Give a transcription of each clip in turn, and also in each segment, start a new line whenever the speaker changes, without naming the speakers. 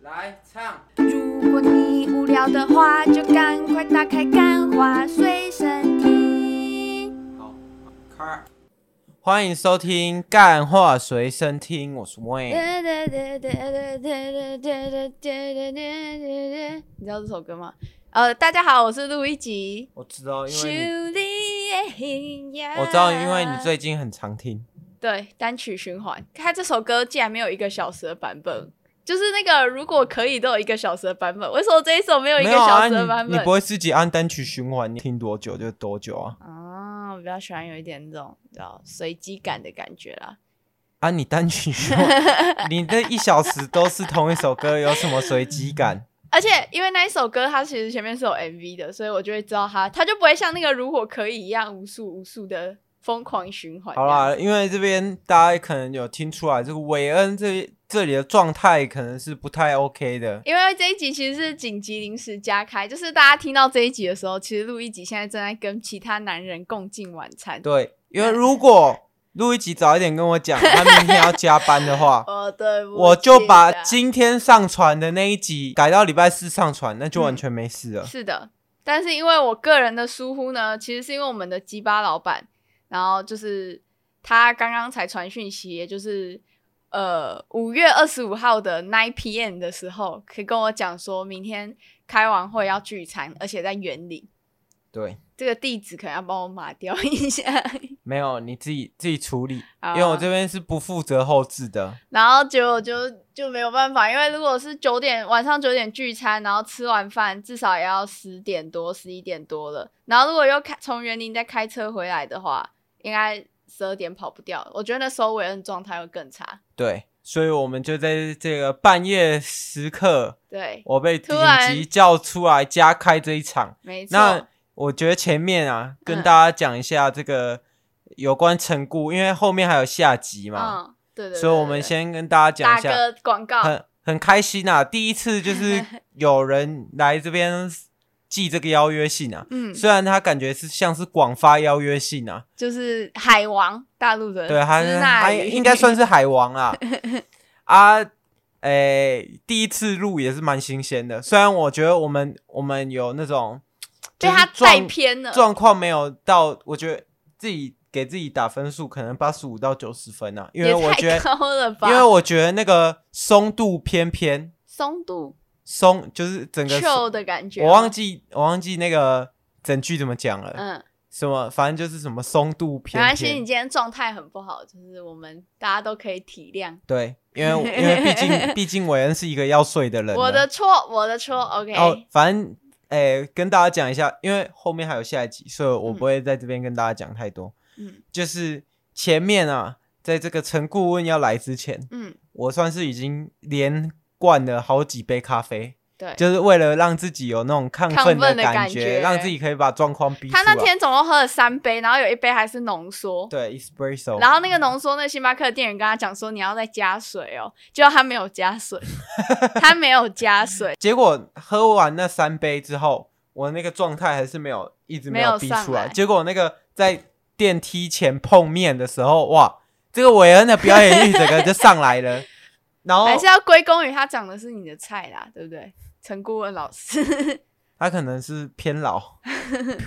来唱，
如果你无聊的话，就赶快打开《干花随身听》。
好，开。
欢迎收听《干话随身听》，我是
嗯
Wayne。
你知道这首歌吗？呃，大家好，我是陆一吉。
我知道，因为你
我
我知道，因为你最近很常听。
对单曲循环，它这首歌竟然没有一个小时的版本，就是那个如果可以都有一个小时的版本，为什么这一首没有一
没
个
有
小
啊，
时的版
你
本
你？不会自己按单曲循环，你听多久就多久啊？
啊，我比较喜欢有一点这种你知道随机感的感觉啦。
啊，你单曲循 环，你这一小时都是同一首歌，有什么随机 感？
而且因为那一首歌它其实前面是有 MV 的，所以我就会知道它，它就不会像那个如果可以一样无数无数的疯狂循环。
好啦，，因为这边大家可能有听出来，这个韦恩这这里的状态可能是不太 OK 的。
因为这一集其实是紧急临时加开，就是大家听到这一集的时候，其实录一集现在正在跟其他男人共进晚餐。，
对，啊因为如果录一集早一点跟我讲，他明天要加班的话
哦，对不起啦，啊
我就把今天上传的那一集改到礼拜四上传，那就
嗯
完全没事了。
是的，但是因为我个人的疏忽呢，其实是因为我们的鸡巴老板，然后就是他刚刚才传讯息，也就是呃五月二十五号的 nine p.m. 的时候，可以跟我讲说明天开完会要聚餐，而且在园里，
对，
这个地址可能要帮我码掉一下。
没有你自己自己处理，
好啊
因为我这边是不负责后置的。
然后结果就就没有办法，因为如果是九点晚上九点聚餐，然后吃完饭至少也要十点多十一点多了，然后如果又开从园林再开车回来的话，应该十二点跑不掉。我觉得那时候韦恩状态会更差，
对，所以我们就在这个半夜时刻，
对，
我被
突
紧
然
急叫出来加开这一场。
没错，
那我觉得前面啊，跟
嗯
大家讲一下这个有关陈固，因为后面还有下集嘛，
嗯，对对对
所以我们
对
先跟大家讲
打
一下。
个广告，
很很开心啊！第一次就是 有人来这边寄这个邀约信啊，
嗯，
虽然他感觉是像是广发邀约信啊，
就是海王大陆的，
对，他
支那
他
鱼
应该算是海王啊啊！诶、第一次录也是蛮新鲜的，虽然我觉得我们我们有那种
被
就是
他带
状
偏了，
状况没有到，我觉得自己给自己打分数可能八十五到九十分啊，因为
也
我
太
觉得
高了吧，
因为我觉得那个松度偏偏
松度
松就是整个
Q 的感觉，
我忘，记我忘记那个整句怎么讲了，
嗯。
什么反正就是什么松度
没
偏
关系，你
偏，
今天状态很不好，就是我们大家都可以体谅。
对，因为我因为毕 竟毕竟韦恩是一个要睡的人啊，
我的错，我的错，OK，、
哦，反正诶、跟大家讲一下，因为后面还有下一集，所以我不会在这边跟大家讲太多，
嗯
就是前面啊，在这个陈顾问要来之前，
嗯，
我算是已经连灌了好几杯咖啡，
对。
就是为了让自己有那种亢奋
亢奋的
感
感觉
让自己可以把状况逼出
他
来。
那天总共喝了三杯，然后有一杯还是浓缩。
对哦 espresso，
然后那个浓缩，那星巴克的店员跟他讲说你要再加水哦，结果他没有 加水，他没有加水，
结果喝完那三杯之后，我那个状态还是没有一直
没有
有逼
上
出来。
来
结果那个在电梯前碰面的时候，哇，这个韦恩的表演欲整个就上来了。然后
还是要归功于他讲的是你的菜啦，对不对？陈顾问老师，
他可能是偏老，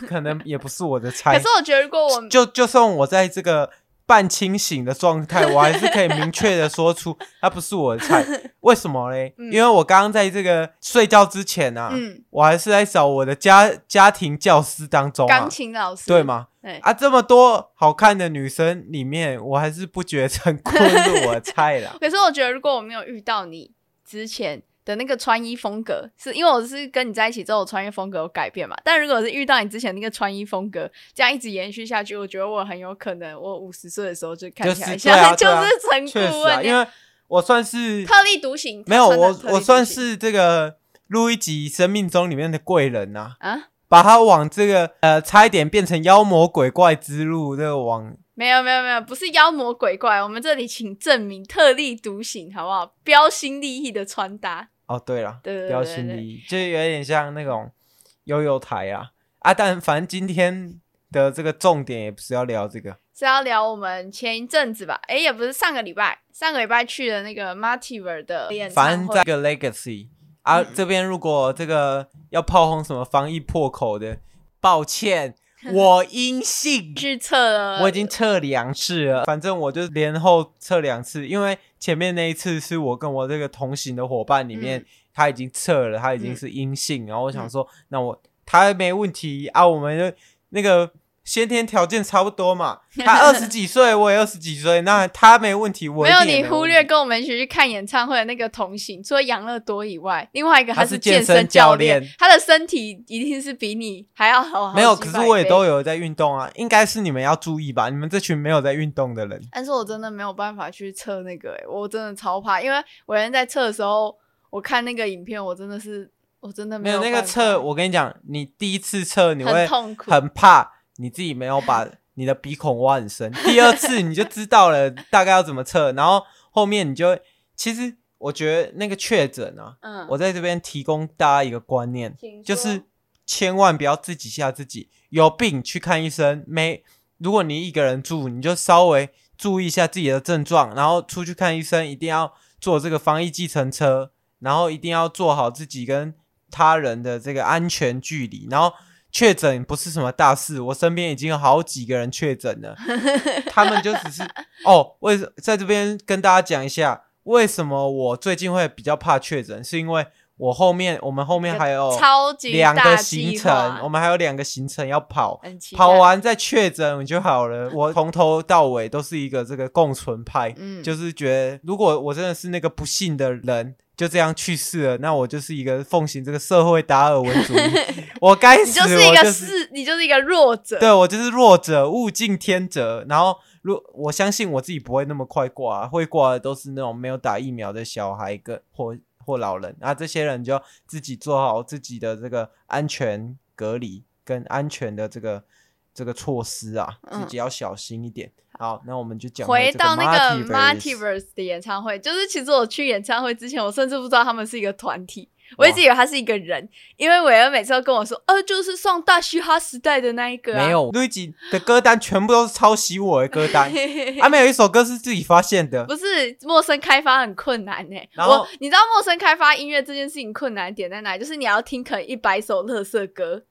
可能也不是我 的
可
菜
是。我觉得如果我们
就就算我在这个半清醒的状态，我还是可以明确的说出他不是我的 菜。为什么嘞？
嗯
因为我刚刚在这个睡觉之前啊，
嗯，
我还是在找我的家家庭教师当中啊
钢。琴老师
对？吗？
对，。
啊，这么多好看的女生里面，我还是不觉陈坤是我的菜啦
可是我觉得，如果我没有遇到你之前的那个穿衣风格，是因为我是跟你在一起之后，我穿衣风格有改变嘛？但如果是遇到你之前那个穿衣风格，这样一直延续下去，我觉得我很有可能，我五十岁的时候就看起来
就是
像、
对啊
就
对啊
是陈
确
顾
实啊，
问，
因为我算是
特立独行。
没有
他穿得
我
特立，
我
独行
算是这个路易吉生命中里面的贵人呐、
啊，
把他往这个呃差一点变成妖魔鬼怪之路，这个往
没有没有没有，不是妖魔鬼怪，我们这里请证明特立独行，好不好？标新立异的穿搭，
哦对了，
对对对
标新立异，就有点像那种悠悠台啊啊，但反正今天的这个重点也不是要聊这个，
是要聊我们前一阵子吧？哎，也不是上个礼拜，上个礼拜去的那个 Martiver 的演唱会，，
反正在一个 legacy 啊，这边如果这个要炮轰什么防疫破口的，抱歉，我阴性
是测了，
我已经测两次了，反正我就连后测两次，因为前面那一次是我跟我这个同行的伙伴里面，
嗯
他已经测了，他已经是阴性，然后我想说，那我他没问题啊，我们就那个。先天条件差不多 嘛，他二十几岁，我也二十几岁，那他没问题，我
没
一
有
定也
你
没
忽
问
略
题
跟我们一起去看演唱会的那个同行，除了养乐多以外，另外一个
他
是
是健
身
身教
练，
练
他的身体一定是比你还要好好
没有，
几
可是
百
我也
倍
都有在运动啊，应该是你们要注意吧，你们这群没有在运动的人，
但是我真的没有办法去测那个、欸，我真的超怕，因为我人在测的时候，我看那个影片，我真的是，我真的
没
有
有那个
办法
测，我跟你讲，你第一次测你
很
会
痛苦，
很怕你自己没有把你的鼻孔挖很深，第二次你就知道了大概要怎么测，然后后面你就其实我觉得那个确诊啊，
嗯，
我在这边提供大家一个观念，
请
就
说
是千万不要自己吓自己，有病去看医生。没，如果你一个人住，你就稍微注意一下自己的症状，然后出去看医生，一定要坐这个防疫计程车，然后一定要做好自己跟他人的这个安全距离，然后。确诊不是什么大事，我身边已经有好几个人确诊了，他们就只是哦，为什在这边跟大家讲一下，为什么我最近会比较怕确诊，是因为我后面我们后面还有
超级
两
大
个行
计
程，
划
我们还有两个行程要跑，
很期
跑
待，
完再确诊就好了。我从头到尾都是一个这个共存派，
嗯，
就是觉得如果我真的是那个不幸的人。就这样去世了，那我就是一个奉行这个社会达尔文主 义，我该
你
死，
就是一
我
个
就是
是，你就是一个弱者，
对我就是弱者，物竞天择。然后，如我相信我自己不会那么快挂、啊会挂的都是那种没有打疫苗的小孩跟或或老人。啊，这些人就自己做好自己的这个安全隔离跟安全的这个这个措施啊，
嗯
自己要小心一点。好，那我们就讲
回
这
到那个啊
Martiverse
Martiverse 的演唱会，就是其实我去演唱会之前，我甚至不知道他们是一个团体，我一直以为他是一个人，因为韦恩每次都跟我说，呃，就是上大嘻哈时代的那一个、啊，，
没，有路易吉的歌单全部都是抄袭我的歌单 啊，没有一首歌是自己发现 的。
不是陌生开发很困难呢、
然后
我你知道陌生开发音乐这件事情困难点在哪里？就是你要听可能一百首乐色歌，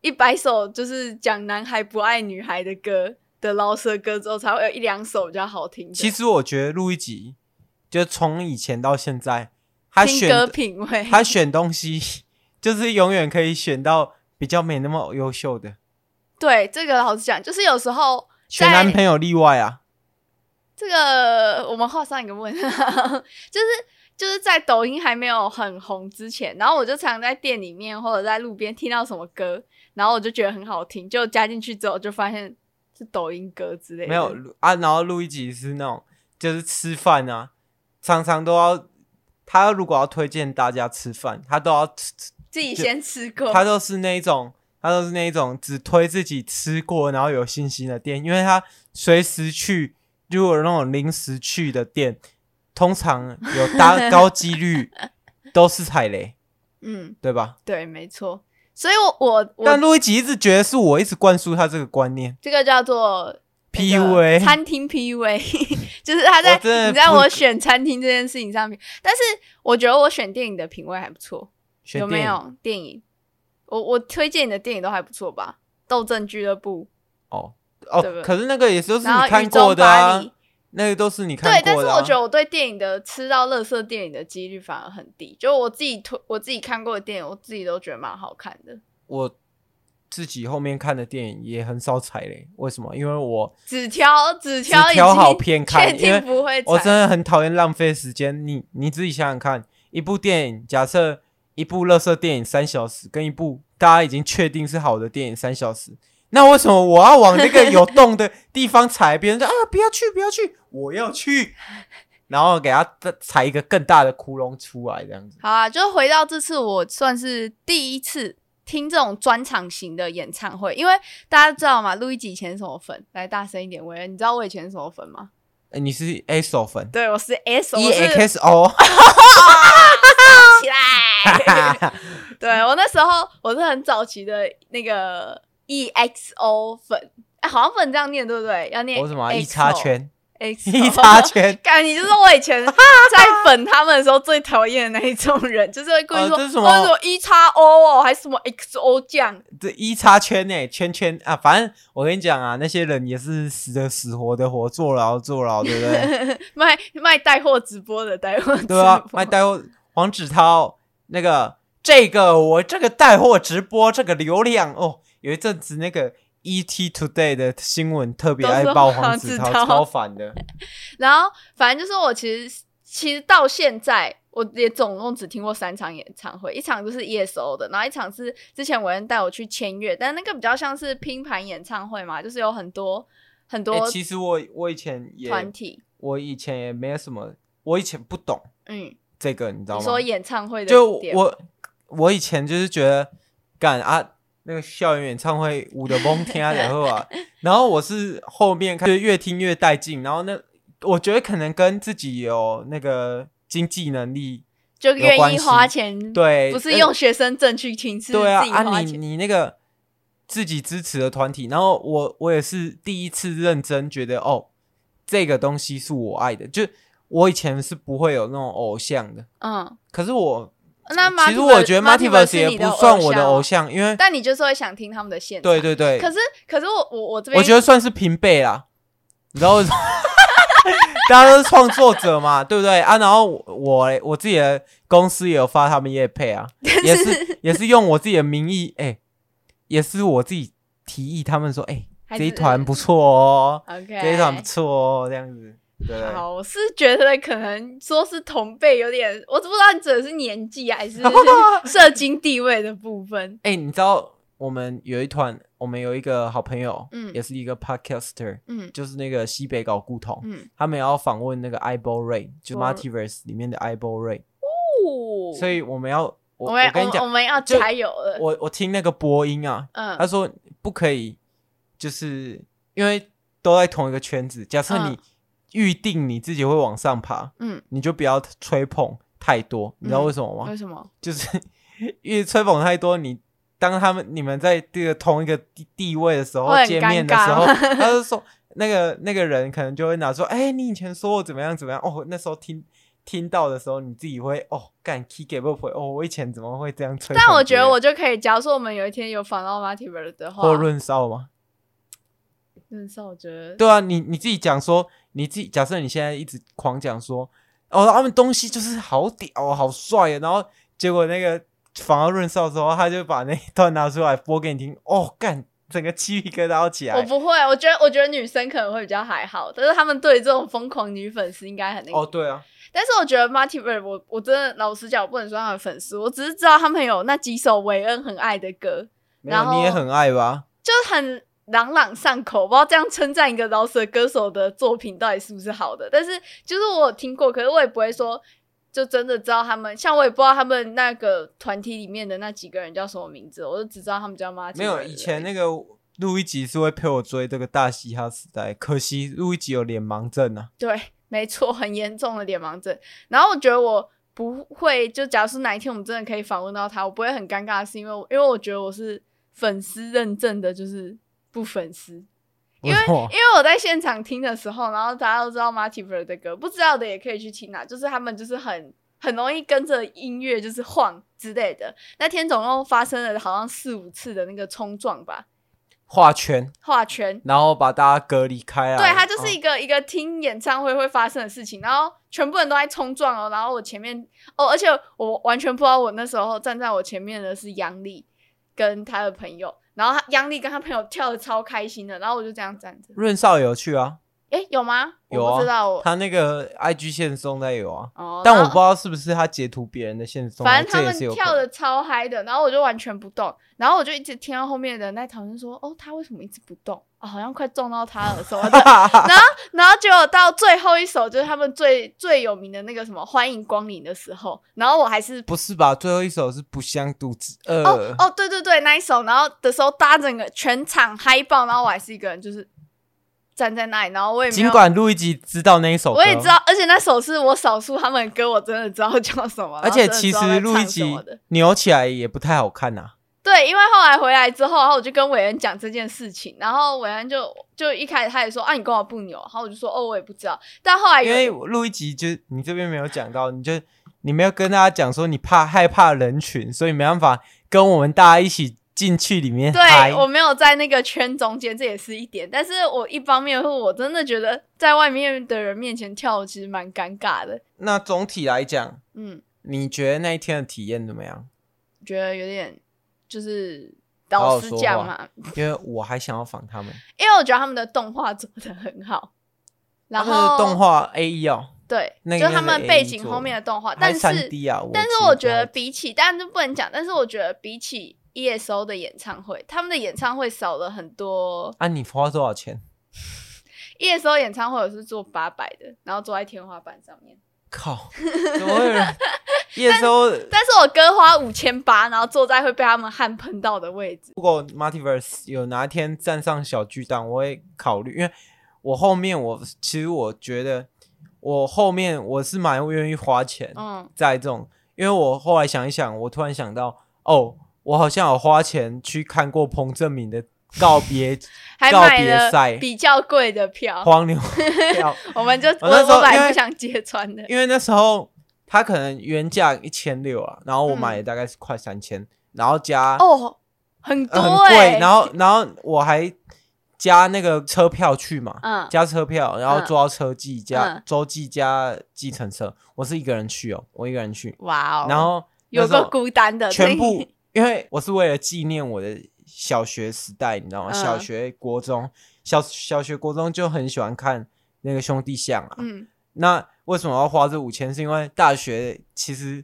一百首就是讲男孩不爱女孩的歌的捞舌歌之后，才会有一两首比较好听的。
其实我觉得路易吉，就从以前到现在，他
听歌
选
品味，
他选东西，就是永远可以选到比较没那么优秀的，
对这个老实讲，就是有时候
选男
在
朋友例外啊。
这个我们画上一个问，就是就是在抖音还没有很红之前，然后我就常在店里面或者在路边听到什么歌，然后我就觉得很好听，就加进去之后就发现是抖音歌之类的。
没有啊，然后路易吉是那种就是吃饭啊，常常都要他如果要推荐大家吃饭，他都要吃，
自己先吃过，
他都是那一种。他都是那一种只推自己吃过然后有信心的店，因为他随时去，如果有那种临时去的店，通常有大高几 率都是踩雷，
嗯，
对吧？
对，没错。所以我我
但
我
路易吉一直觉得是我一直灌输他这个观念
这个叫做那个
PUA。
餐厅 PUA，就是 他在
我真的
你在
不
我选餐厅这件事情上面，但是我觉得我选电影的品味还不错，
选
有没
电影？
有电影？我我推荐你的电影都还不错吧，《斗阵俱乐部
哦
对不
哦，可是那个也都》，是
然
你
后《雨
看
中
过的
巴
啊
黎》，
那个都是你
对
看，
但
过
是
的、
我
啊。
觉得我对电影的吃到垃圾电影的几率反而很低，就我自己推我自己看过的电影，我自己都觉得蛮好看的，
我自己后面看的电影也很少踩雷，为什么？因为我
只挑只挑
只
已
挑
经
好片看
确
因为
定不会
我
踩
真的很讨厌浪费时间。你你自己想想看，一部电影，假设一部垃圾电影三小时，跟一部大家已经确定是好的电影三小时，那为什么我要往那个有洞的地方踩？别人说啊，不要去，不要去，我要去，然后给他再踩一个更大的窟窿出来，这样子。
好啊，就回到这次，我算是第一次听这种专场型的演唱会，因为大家知道嘛，路易吉以前是什么粉？来大声一点，喂，你知道我以前是什么粉吗？
呃你是 A 手粉
对，我是 S，我
，E
是
X O，
起来。
嗯
对我那时候我是很早期的那个 EXO E 粉，哎，好像不能这样念，对不对？要念
我什么啊 E
XO
一叉圈，
，X。
一叉圈
感觉就是我以前在粉他们的时候最讨厌的那一种人，就是会故意
呃
说、
这是什么
哦么一叉 O 哦，还是什么 XO 酱，
这一叉圈呢、圈圈啊，反正我跟你讲啊，那些人也是死的死，活的活，坐牢坐牢，对不 对？
卖卖带货直播的带货直播，
对啊，卖带货黄子韬那个这个我这个带货直播这个流量哦，有一阵子那个 ET Today 的新闻特别
都
爱
说
爆
黄
黄
子
韬，
韬
超烦的。
然后反正就是我其实其实到现在，我也总共只听过三场演唱会，一场就是 ESO 的，然后一场是之前文恩带我去签约，但那个比较像是拼盘演唱会嘛，就是有很多很 多
欸其实我我以前也
团体，
我以前也没有什么，我以前不懂
嗯，
这个，你知道
你
吗？
说演唱会的
就
点
我我以前就是觉得干啊，那个校园演唱会舞的蒙天啊，然后 啊，然后我是后面开始越听越带劲，然后那我觉得可能跟自己有那个经济能力，
就
有关
愿意
系
花钱，，
对，
不是
呃
用学生证去听，是自己
对啊啊
花
你
钱。
你那个自己支持的团体，然后我我也是第一次认真觉得哦，这个东西是我爱的，就我以前是不会有那种偶像的，
嗯，
可是我
那 Martiverse-
其实我觉得
Martiverse 是
也
你的
不算我的
偶哦
偶，像，因为
但你就是会想听他们的现场。
对对对，
可是可是我我我这边
我觉 得算是平辈啦。你知道为什么？ 大家都是创作者嘛，对不对啊？然后我我嘞我自己的公司也有发他们业配啊，也是也是用我自己的名义，哎、也是我自己提议他们说，哎、
还
这
是
一团不错哦，
OK
这一团不错哦，这样子，对不对？
好，我是觉得可能说是同辈有点，我只不知道你指的是年纪啊还 是社经地位的部 分。
哎、你知道我们有一团，我们有一个好朋友，
嗯
也是一个 podcaster，
嗯
就是那个西北搞古铜，
嗯，
他们也要访问那个 Eyeball Ray，就
哇
Multiverse 里面的 Eyeball Ray，
哦
所以我们要我
我们
我跟你
我
讲，
们要
就
加油了。
我我听那个播音啊，他
嗯，
说不可以，就是因为都在同一个圈子，假设
嗯
你预定你自己会往上爬，
嗯，
你就不要吹捧太多，你知道为什么吗？
为什么？
就是 因为吹捧太多，你当他们你们在这个同一个地地位的时候
会很
见面的
尴尬
时候，
吗
他就说那个那个人可能就会拿说，哎、你以前说我怎么样怎么样，哦，那时候听听到的时候，你自己会哦，干 key 给不回，哦，我以前怎么会这样吹捧别人？
但我觉得我就可以，假如说我们有一天有访到 Mativer 的话，
或论少吗？
认识我觉得
对啊，你你自己讲说，你自己假设你现在一直狂讲说，哦，他们东西就是好屌哦，好帅哦，然后结果那个反而润少之后，他就把那一段拿出来播给你听，哦，干，整个鸡皮疙瘩都起
我
来。
不会，我觉得我觉得女生可能会比较还好，但是他们对这种疯狂女粉丝应该很那个。
哦，对啊，
但是我觉得 Martiver，我我真的老实讲，我不能说他们粉丝，我只是知道他们有那几首韦恩很爱的歌，
没有
然
你也
后啊
很爱吧？
就是很朗朗上口。我不知道这样称赞一个饶舌歌手的作品到底是不是好的，但是就是我有听过，可是我也不会说就真的知道他们，像我也不知道他们那个团体里面的那几个人叫什么名字，我就只知道他们叫 Martiver 而已。
没有，以前那个录一集是会陪我追这个大嘻哈时代，可惜录一集有脸盲症啊。
对，没错，很严重的脸盲症。然后我觉得我不会，就假如说哪一天我们真的可以访问到他，我不会很尴尬，是因为我因为我觉得我是粉丝认证的，就是不粉丝。因为
为什么
因为我在现场听的时候，然后大家都知道 Martiver 的歌，不知道的也可以去听啊，就是他们就是很很容易跟着音乐就是晃之类的。那天总共发生了好像四五次的那个冲撞吧，
画圈，
画圈。
然后把大家隔离开啊。
对，它就是
哦
一个、一个听演唱会会发生的事情，然后全部人都在冲撞哦，然后我前面哦，而且我完全不知道我那时候站在我前面的是杨丽跟他的朋友，然后他杨丽跟他朋友跳的超开心的，然后我就这样站着，
润少有去啊，
诶，有吗？
有
我
啊
不知道我
他那个 IG 线中在有啊，
哦，
但
然
我
后
不知道是不是他截图别人的现实动态，
反正他
这也
们
是有可
跳
能。
的超嗨的，然后我就完全不动，然后我就一直听到后面的人在讨论说，哦，他为什么一直不动？啊、好像快撞到他了什么的。 然后，然后结果到最后一首就是他们最最有名的那个什么“欢迎光临”的时候，然后我 还是
不是吧？最后一首是不相度之呃，
哦哦，对对对，那一首，然后的时候，大家整个全场嗨爆，然后我还是一个人就是站在那里，然后我也没
尽
有。
管录一集知道那一首歌，
我也知道，而且那首是我少数他们的歌，我真的知道叫什么。
而且其实录一集
然后真的知道在唱什么的
扭起来也不太好看呐、啊
对，因为后来回来之后，然后我就跟伟恩讲这件事情，然后伟恩就就一开始他也说啊，你跟我不牛，然后我就说哦，我也不知道。但后来
因
哎有
为我录一集就你这边没有讲到，你就你没有跟大家讲说你怕害怕人群，所以没办法跟我们大家一起进去里面嗨
对我没有在那个圈中间，这也是一点。但是我一方面是我真的觉得在外面的人面前跳，其实蛮尴尬的。
那总体来讲，
嗯，
你觉得那一天的体验怎么样？
觉得有点就是
好
老
好
实
说
讲
话
嘛，
因为我还想要仿他们，
因为我觉得他们的动画做的很好，然
他们
后
的动画 A E 哦，
对，
那个
就他
应该是
们
A
背
E
景
做
后
的
面的动画，
还
但
是
是
三 D 啊，
但是
其实
我
不
觉
太
得比起，但是不能讲，但是我觉得比起 ESO 的演唱会，他们的演唱会少了很多。
啊，你花多少钱？
ESO 演唱会我是做八百的，然后坐在天花板上面，
靠，怎么会有人？夜收
但是我哥花五千八，然后坐在会被他们汗喷到的位置。
如果 Multiverse 有哪一天站上小巨蛋，我会考虑，因为我后面我其实我觉得我后面我是蛮愿意花钱
嗯
在这种，因为我后来想一想，我突然想到，哦，我好像有花钱去看过彭正明的告别
还
告
买
别赛
了比较贵的票，
黄 牛票，
我们就我
那时候
我本
因
来
为啊
不想揭穿的。
因为那时候他可能原价一千六啊，然后我买
嗯
也大概是快三千、然后加
哦，很多
呃很
哎、
贵，然后然后我还加那个车票去嘛，
嗯
加车票，然后
嗯
坐到车计加、
嗯
洲际加计程车，我是一个人去哦，我一个人去，
哇哦，
然后
有
那时
个
候
孤单的，
全部，因为我是为了纪念我的小学时代，你知道吗？
嗯
小学、国中、小小学、国中就很喜欢看那个兄弟像啊，
嗯，
那为什么要花这五千？是因为大学其实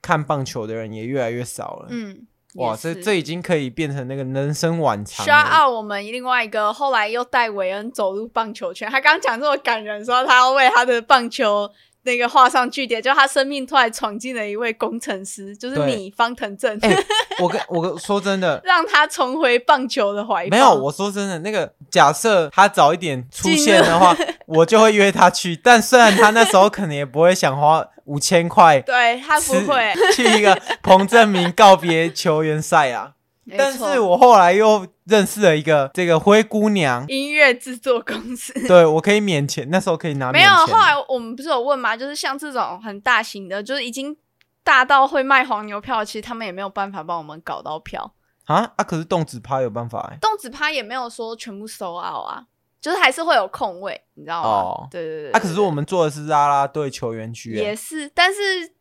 看棒球的人也越来越少了。
嗯，
哇，
也
这
是
这已经可以变成那个人生晚餐
刷
了。
二，我们另外一个后来又带韦恩走入棒球圈。他刚讲这么感人，说他要为他的棒球那个画上句点，就他生命突然闯进了一位工程师，就是
对
你方腾正，，
哎我跟我跟说真的
让他重回棒球的怀抱。，
没有，我说真的，那个假设他早一点出现的话，我就会约他去。但虽然他那时候可能也不会想花五千块
对他不会，
去一个彭正明告别球员赛啊。
没
但
错，
是我后来又认识了一个这个灰姑娘
音乐制作公司。
对我可以免钱，那时候可以拿
没
免钱
有，后来我们不是有问吗？就是像这种很大型的，就是已经大到会卖黄牛票，其实他们也没有办法帮我们搞到票。
啊啊！可是动子趴有办法哎、
动子趴也没有说全部收 out 啊，就是还是会有空位，你知道吗？
哦
对对对
啊，可是我们做的是啦啦队球员区、
也
欸，
是，但是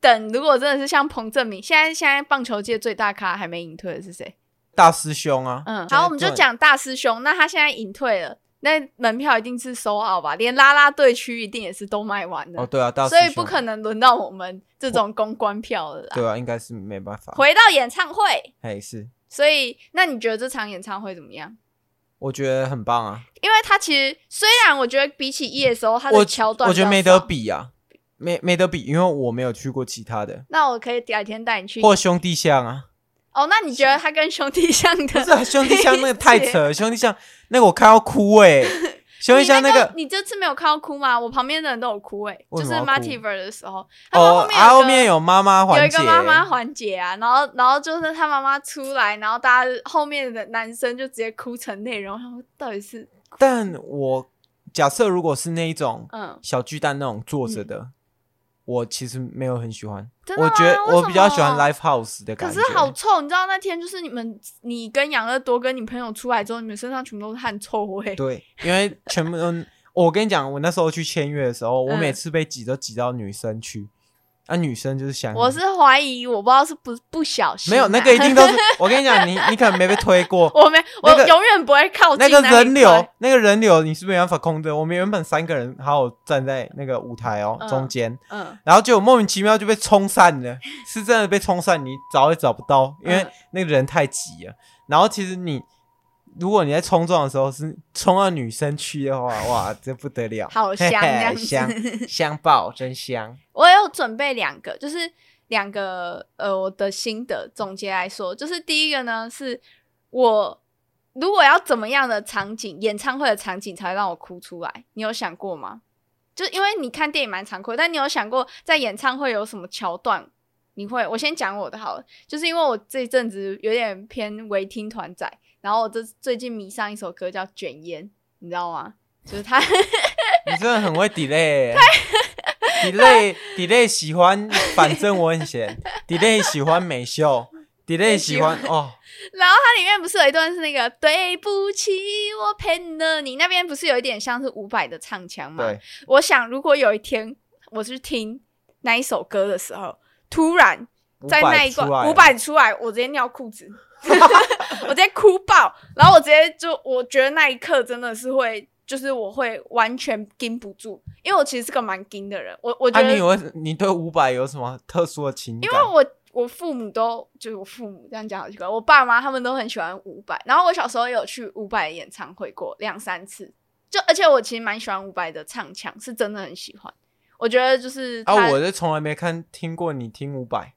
等如果真的是像彭正明，现在现在棒球界最大咖还没隐退的是谁？
大师兄啊。
嗯，
现在
好，我们就
做
讲大师兄，那他现在隐退了，那门票一定是收 out 吧？连拉拉队区一定也是都卖完了，
哦，对啊，大师
所
兄，
以不可能轮到我们这种公关票了啦。
对啊，应该是没办法。
回到演唱会，
哎，是，
所以那你觉得这场演唱会怎么样？
我觉得很棒啊。
因为他其实虽然我觉得比起 ESO 他
我
的桥段
我觉
比较
得没得
少。
比啊，没没得比，因为我没有去过其他的，
那我可以改天带你去。
或兄弟像 啊，
哦，那你觉得他跟兄弟像
不
的？
是啊，兄弟像那个太扯了，兄弟像那个我看到哭 哎、兄弟
你
像
那
个。
你这次没有看到哭吗？我旁边的人都有哭哎、
为
就
什
是
么要
m
哭
a t i v e r 的时候，他们
哦，
后面
啊，
有
后
个
面有妈妈
有
环
一
节，
个妈妈环节啊，然后然后就是他妈妈出来，然后大家后面的男生就直接哭成内容，他们到底是
但我假设如果是那一种
嗯，
小巨蛋那种坐着的，我其实没有很喜欢。
真的
我
吗？
觉得
为
我
什
比较喜欢
么
live house 的感
可
觉。
是好臭，你知道那天就是你们，你跟养乐多跟你朋友出来之后，你们身上全部都是汗臭味。
对，因为全部都，我跟你讲，我那时候去签约的时候，我
嗯
每次被挤都挤到女生区，啊，女生就是想
我是怀疑，我不知道是不不小心、啊
没有那个一定都是我跟你讲，你你可能没被推过。
我没，我
那个
永远不会靠近
那个
里
人流
对，
那个人流，你是没办法控制。我们原本三个人好好站在那个舞台哦、
嗯
中间，
嗯，
然后就莫名其妙就被冲散 了，是真的被冲散，你找也找不到，因为
嗯
那个人太挤了。然后其实你，如果你在冲撞的时候是冲到女生区的话，哇，这不得了，
好香
嘿嘿
这样子
香 香爆，真香。
我有准备两个，就是两个呃，我的心得总结来说，就是第一个呢是我如果要怎么样的场景，演唱会的场景才会让我哭出来，你有想过吗？就因为你看电影蛮常哭，但你有想过在演唱会有什么桥段你会，我先讲我的好了，就是因为我这一阵子有点偏微听团仔，然后我这最近迷上一首歌叫《卷烟》，你知道吗？就是它
你真的很会 delay，delay delay delay 喜欢反正我很闲，delay 喜欢美秀，delay 喜欢 哦，
然后它里面不是有一段是那个对不起，我骗了你，那边不是有一点像是伍佰的唱腔吗？
对，
我想如果有一天我是听那一首歌的时候，突然在那一
500出来
段
了
五百出来，我直接尿裤子， 我直接哭爆，然后我直接就我觉得那一刻真的是会。就是我会完全盯不住，因为我其实是个蛮盯的人，我我觉
啊，
得
你以为你对伍佰有什么特殊的情感？
因为我我父母都就是我父母这样讲好奇怪，我爸妈他们都很喜欢伍佰，然后我小时候也有去伍佰的演唱会过两三次，就而且我其实蛮喜欢伍佰的唱腔，是真的很喜欢。我觉得就是他，
啊，我是从来没看听过你听伍佰。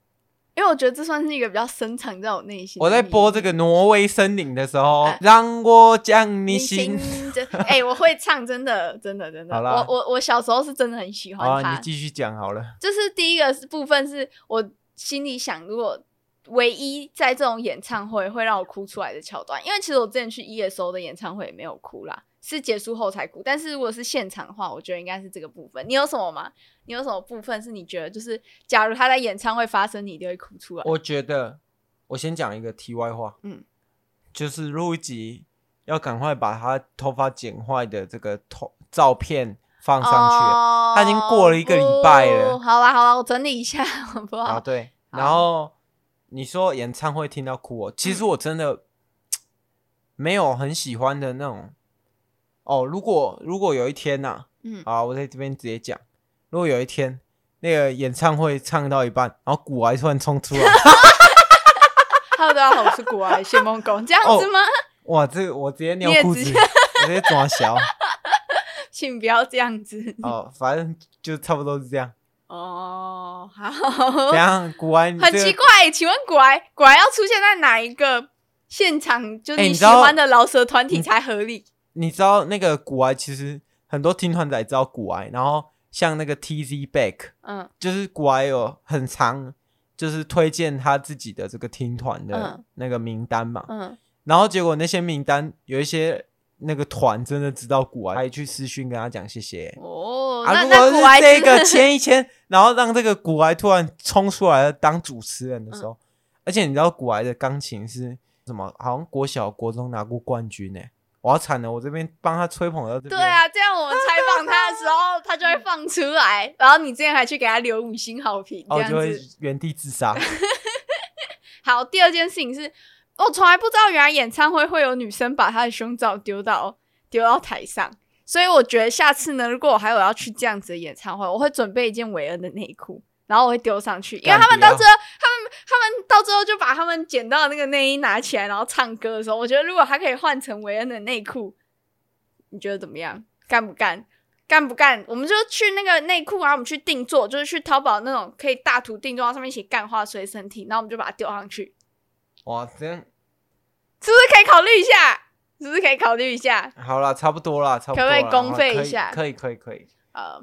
因为我觉得这算是一个比较深藏在我内心。
我在播这个挪威森林的时候
哎，
让我将你
你
心
心。这，哎、我会唱，真的，真的，真的。
好啦
我我我小时候是真的很喜欢
好
他。
啊，你继续讲好了。
就是第一个部分是我心里想，如果唯一在这种演唱会会让我哭出来的桥段，因为其实我之前去 ESO 的演唱会也没有哭啦，是结束后才哭。但是如果是现场的话，我觉得应该是这个部分。你有什么吗？你有什么部分是你觉得就是，假如他在演唱会发生，你一定会哭出来？
我觉得，我先讲一个题外话，
嗯，
就是录一集要赶快把他头发剪坏的这个头照片放上去
哦
他已经过了一个礼拜了
不好啦好啦，我整理一下，好不
啊，
好？
对。
哦好
然后你说演唱会听到哭哦，
嗯
其实我真的没有很喜欢的那种。哦，如果如果有一天呐、
嗯，
啊，我在这边直接讲，如果有一天那个演唱会唱到一半，然后骨癌突然冲出 来，
Hello，大家好，我是古埃哎谢梦工，这样子吗？
哇，这个我直接尿
你也
裤
直
子，
接
我直接抓小。
请不要这样子。
哦，反正就差不多是这样。
哦，好，
怎样？骨癌、
很奇。怪，请问果然果然要出现在哪一个现场，就是
哎
你
你
喜
知道嗯
欢的饶舌团体才合理？
你知道那个骨癌，其实很多听团仔知道骨癌，然后像那个 TZ Back，
嗯
就是骨癌有很长，就是推荐他自己的这个听团的
嗯
那个名单嘛。
嗯，
然后结果那些名单有一些那个团真的知道古玩，还去私讯跟他讲谢谢。
哦，
啊，
那
如果是
那果然
这个
真的
签一签， 然后让这个古玩突然冲出来了当主持人的时
嗯
候，而且你知道古玩的钢琴是什么？好像国小、国中拿过冠军呢、我要惨了，我这边帮他吹捧到这边。
对，啊，这样我们采访他的时候，他就会放出来，然后你之前还去给他留五星好评，这
哦，
样
就会
子。
原地自杀。
好，第二件事情是我哦从来不知道，原来演唱会会有女生把她的胸罩丢到丢到台上。所以我觉得下次呢，如果我还有要去这样子的演唱会，我会准备一件韦恩的内裤，然后我会丢上去，因为
干
他们
不要
到最后，他们他们到最后就把他们捡到的那个内衣拿起来，然后唱歌的时候，我觉得如果还可以换成韦恩的内裤，你觉得怎么样？干不干？干不干？我们就去那个内裤，然啊后我们去定做，就是去淘宝那种可以大图定做，然后上面写“干话随身体”，然后我们就把它丢上去，
哇，这样
是不是可以考虑一下？是不是可以考虑一下？
好啦，差不多啦，差不多
可不可以
啦
公费
啊可以
一下
可以，可以，可以。
呃，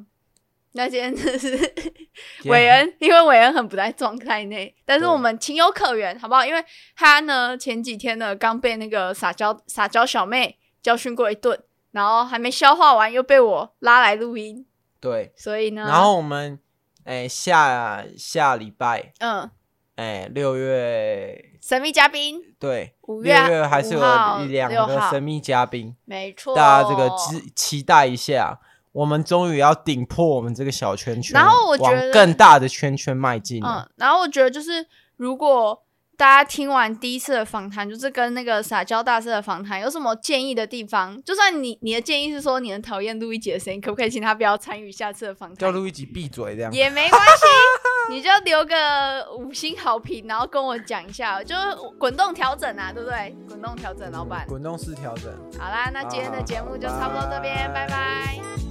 那今天真是
今天
韦恩，因为韦恩很不在状态内，但是
对
我们情有可原，好不好？因为他呢前几天呢刚被那个撒娇撒娇小妹教训过一顿，然后还没消化完又被我拉来录音，
对，
所以呢，
然后我们哎、下下礼拜
嗯，
哎，六月
神秘嘉宾
对，
五
六
月
月还是
五号
有两
六
个
号
神秘嘉宾，
没错，
大家这个期期待一下。我们终于要顶破我们这个小圈圈，
然后我觉得
往更大的圈圈迈进了。
嗯，然后我觉得就是如果大家听完第一次的访谈，就是跟那个撒娇大师的访谈，有什么建议的地方？就算你你的建议是说你很讨厌陆一姐的声音，可不可以请她不要参与下次的访
叫
谈？
录一集闭嘴这样。
也没关系，你就留个五星好评，然后跟我讲一下，就是滚动调整啊，对不对？滚动调整，老板。
滚动式调整。
好啦，那今天的节目就差不多这边，
拜
拜拜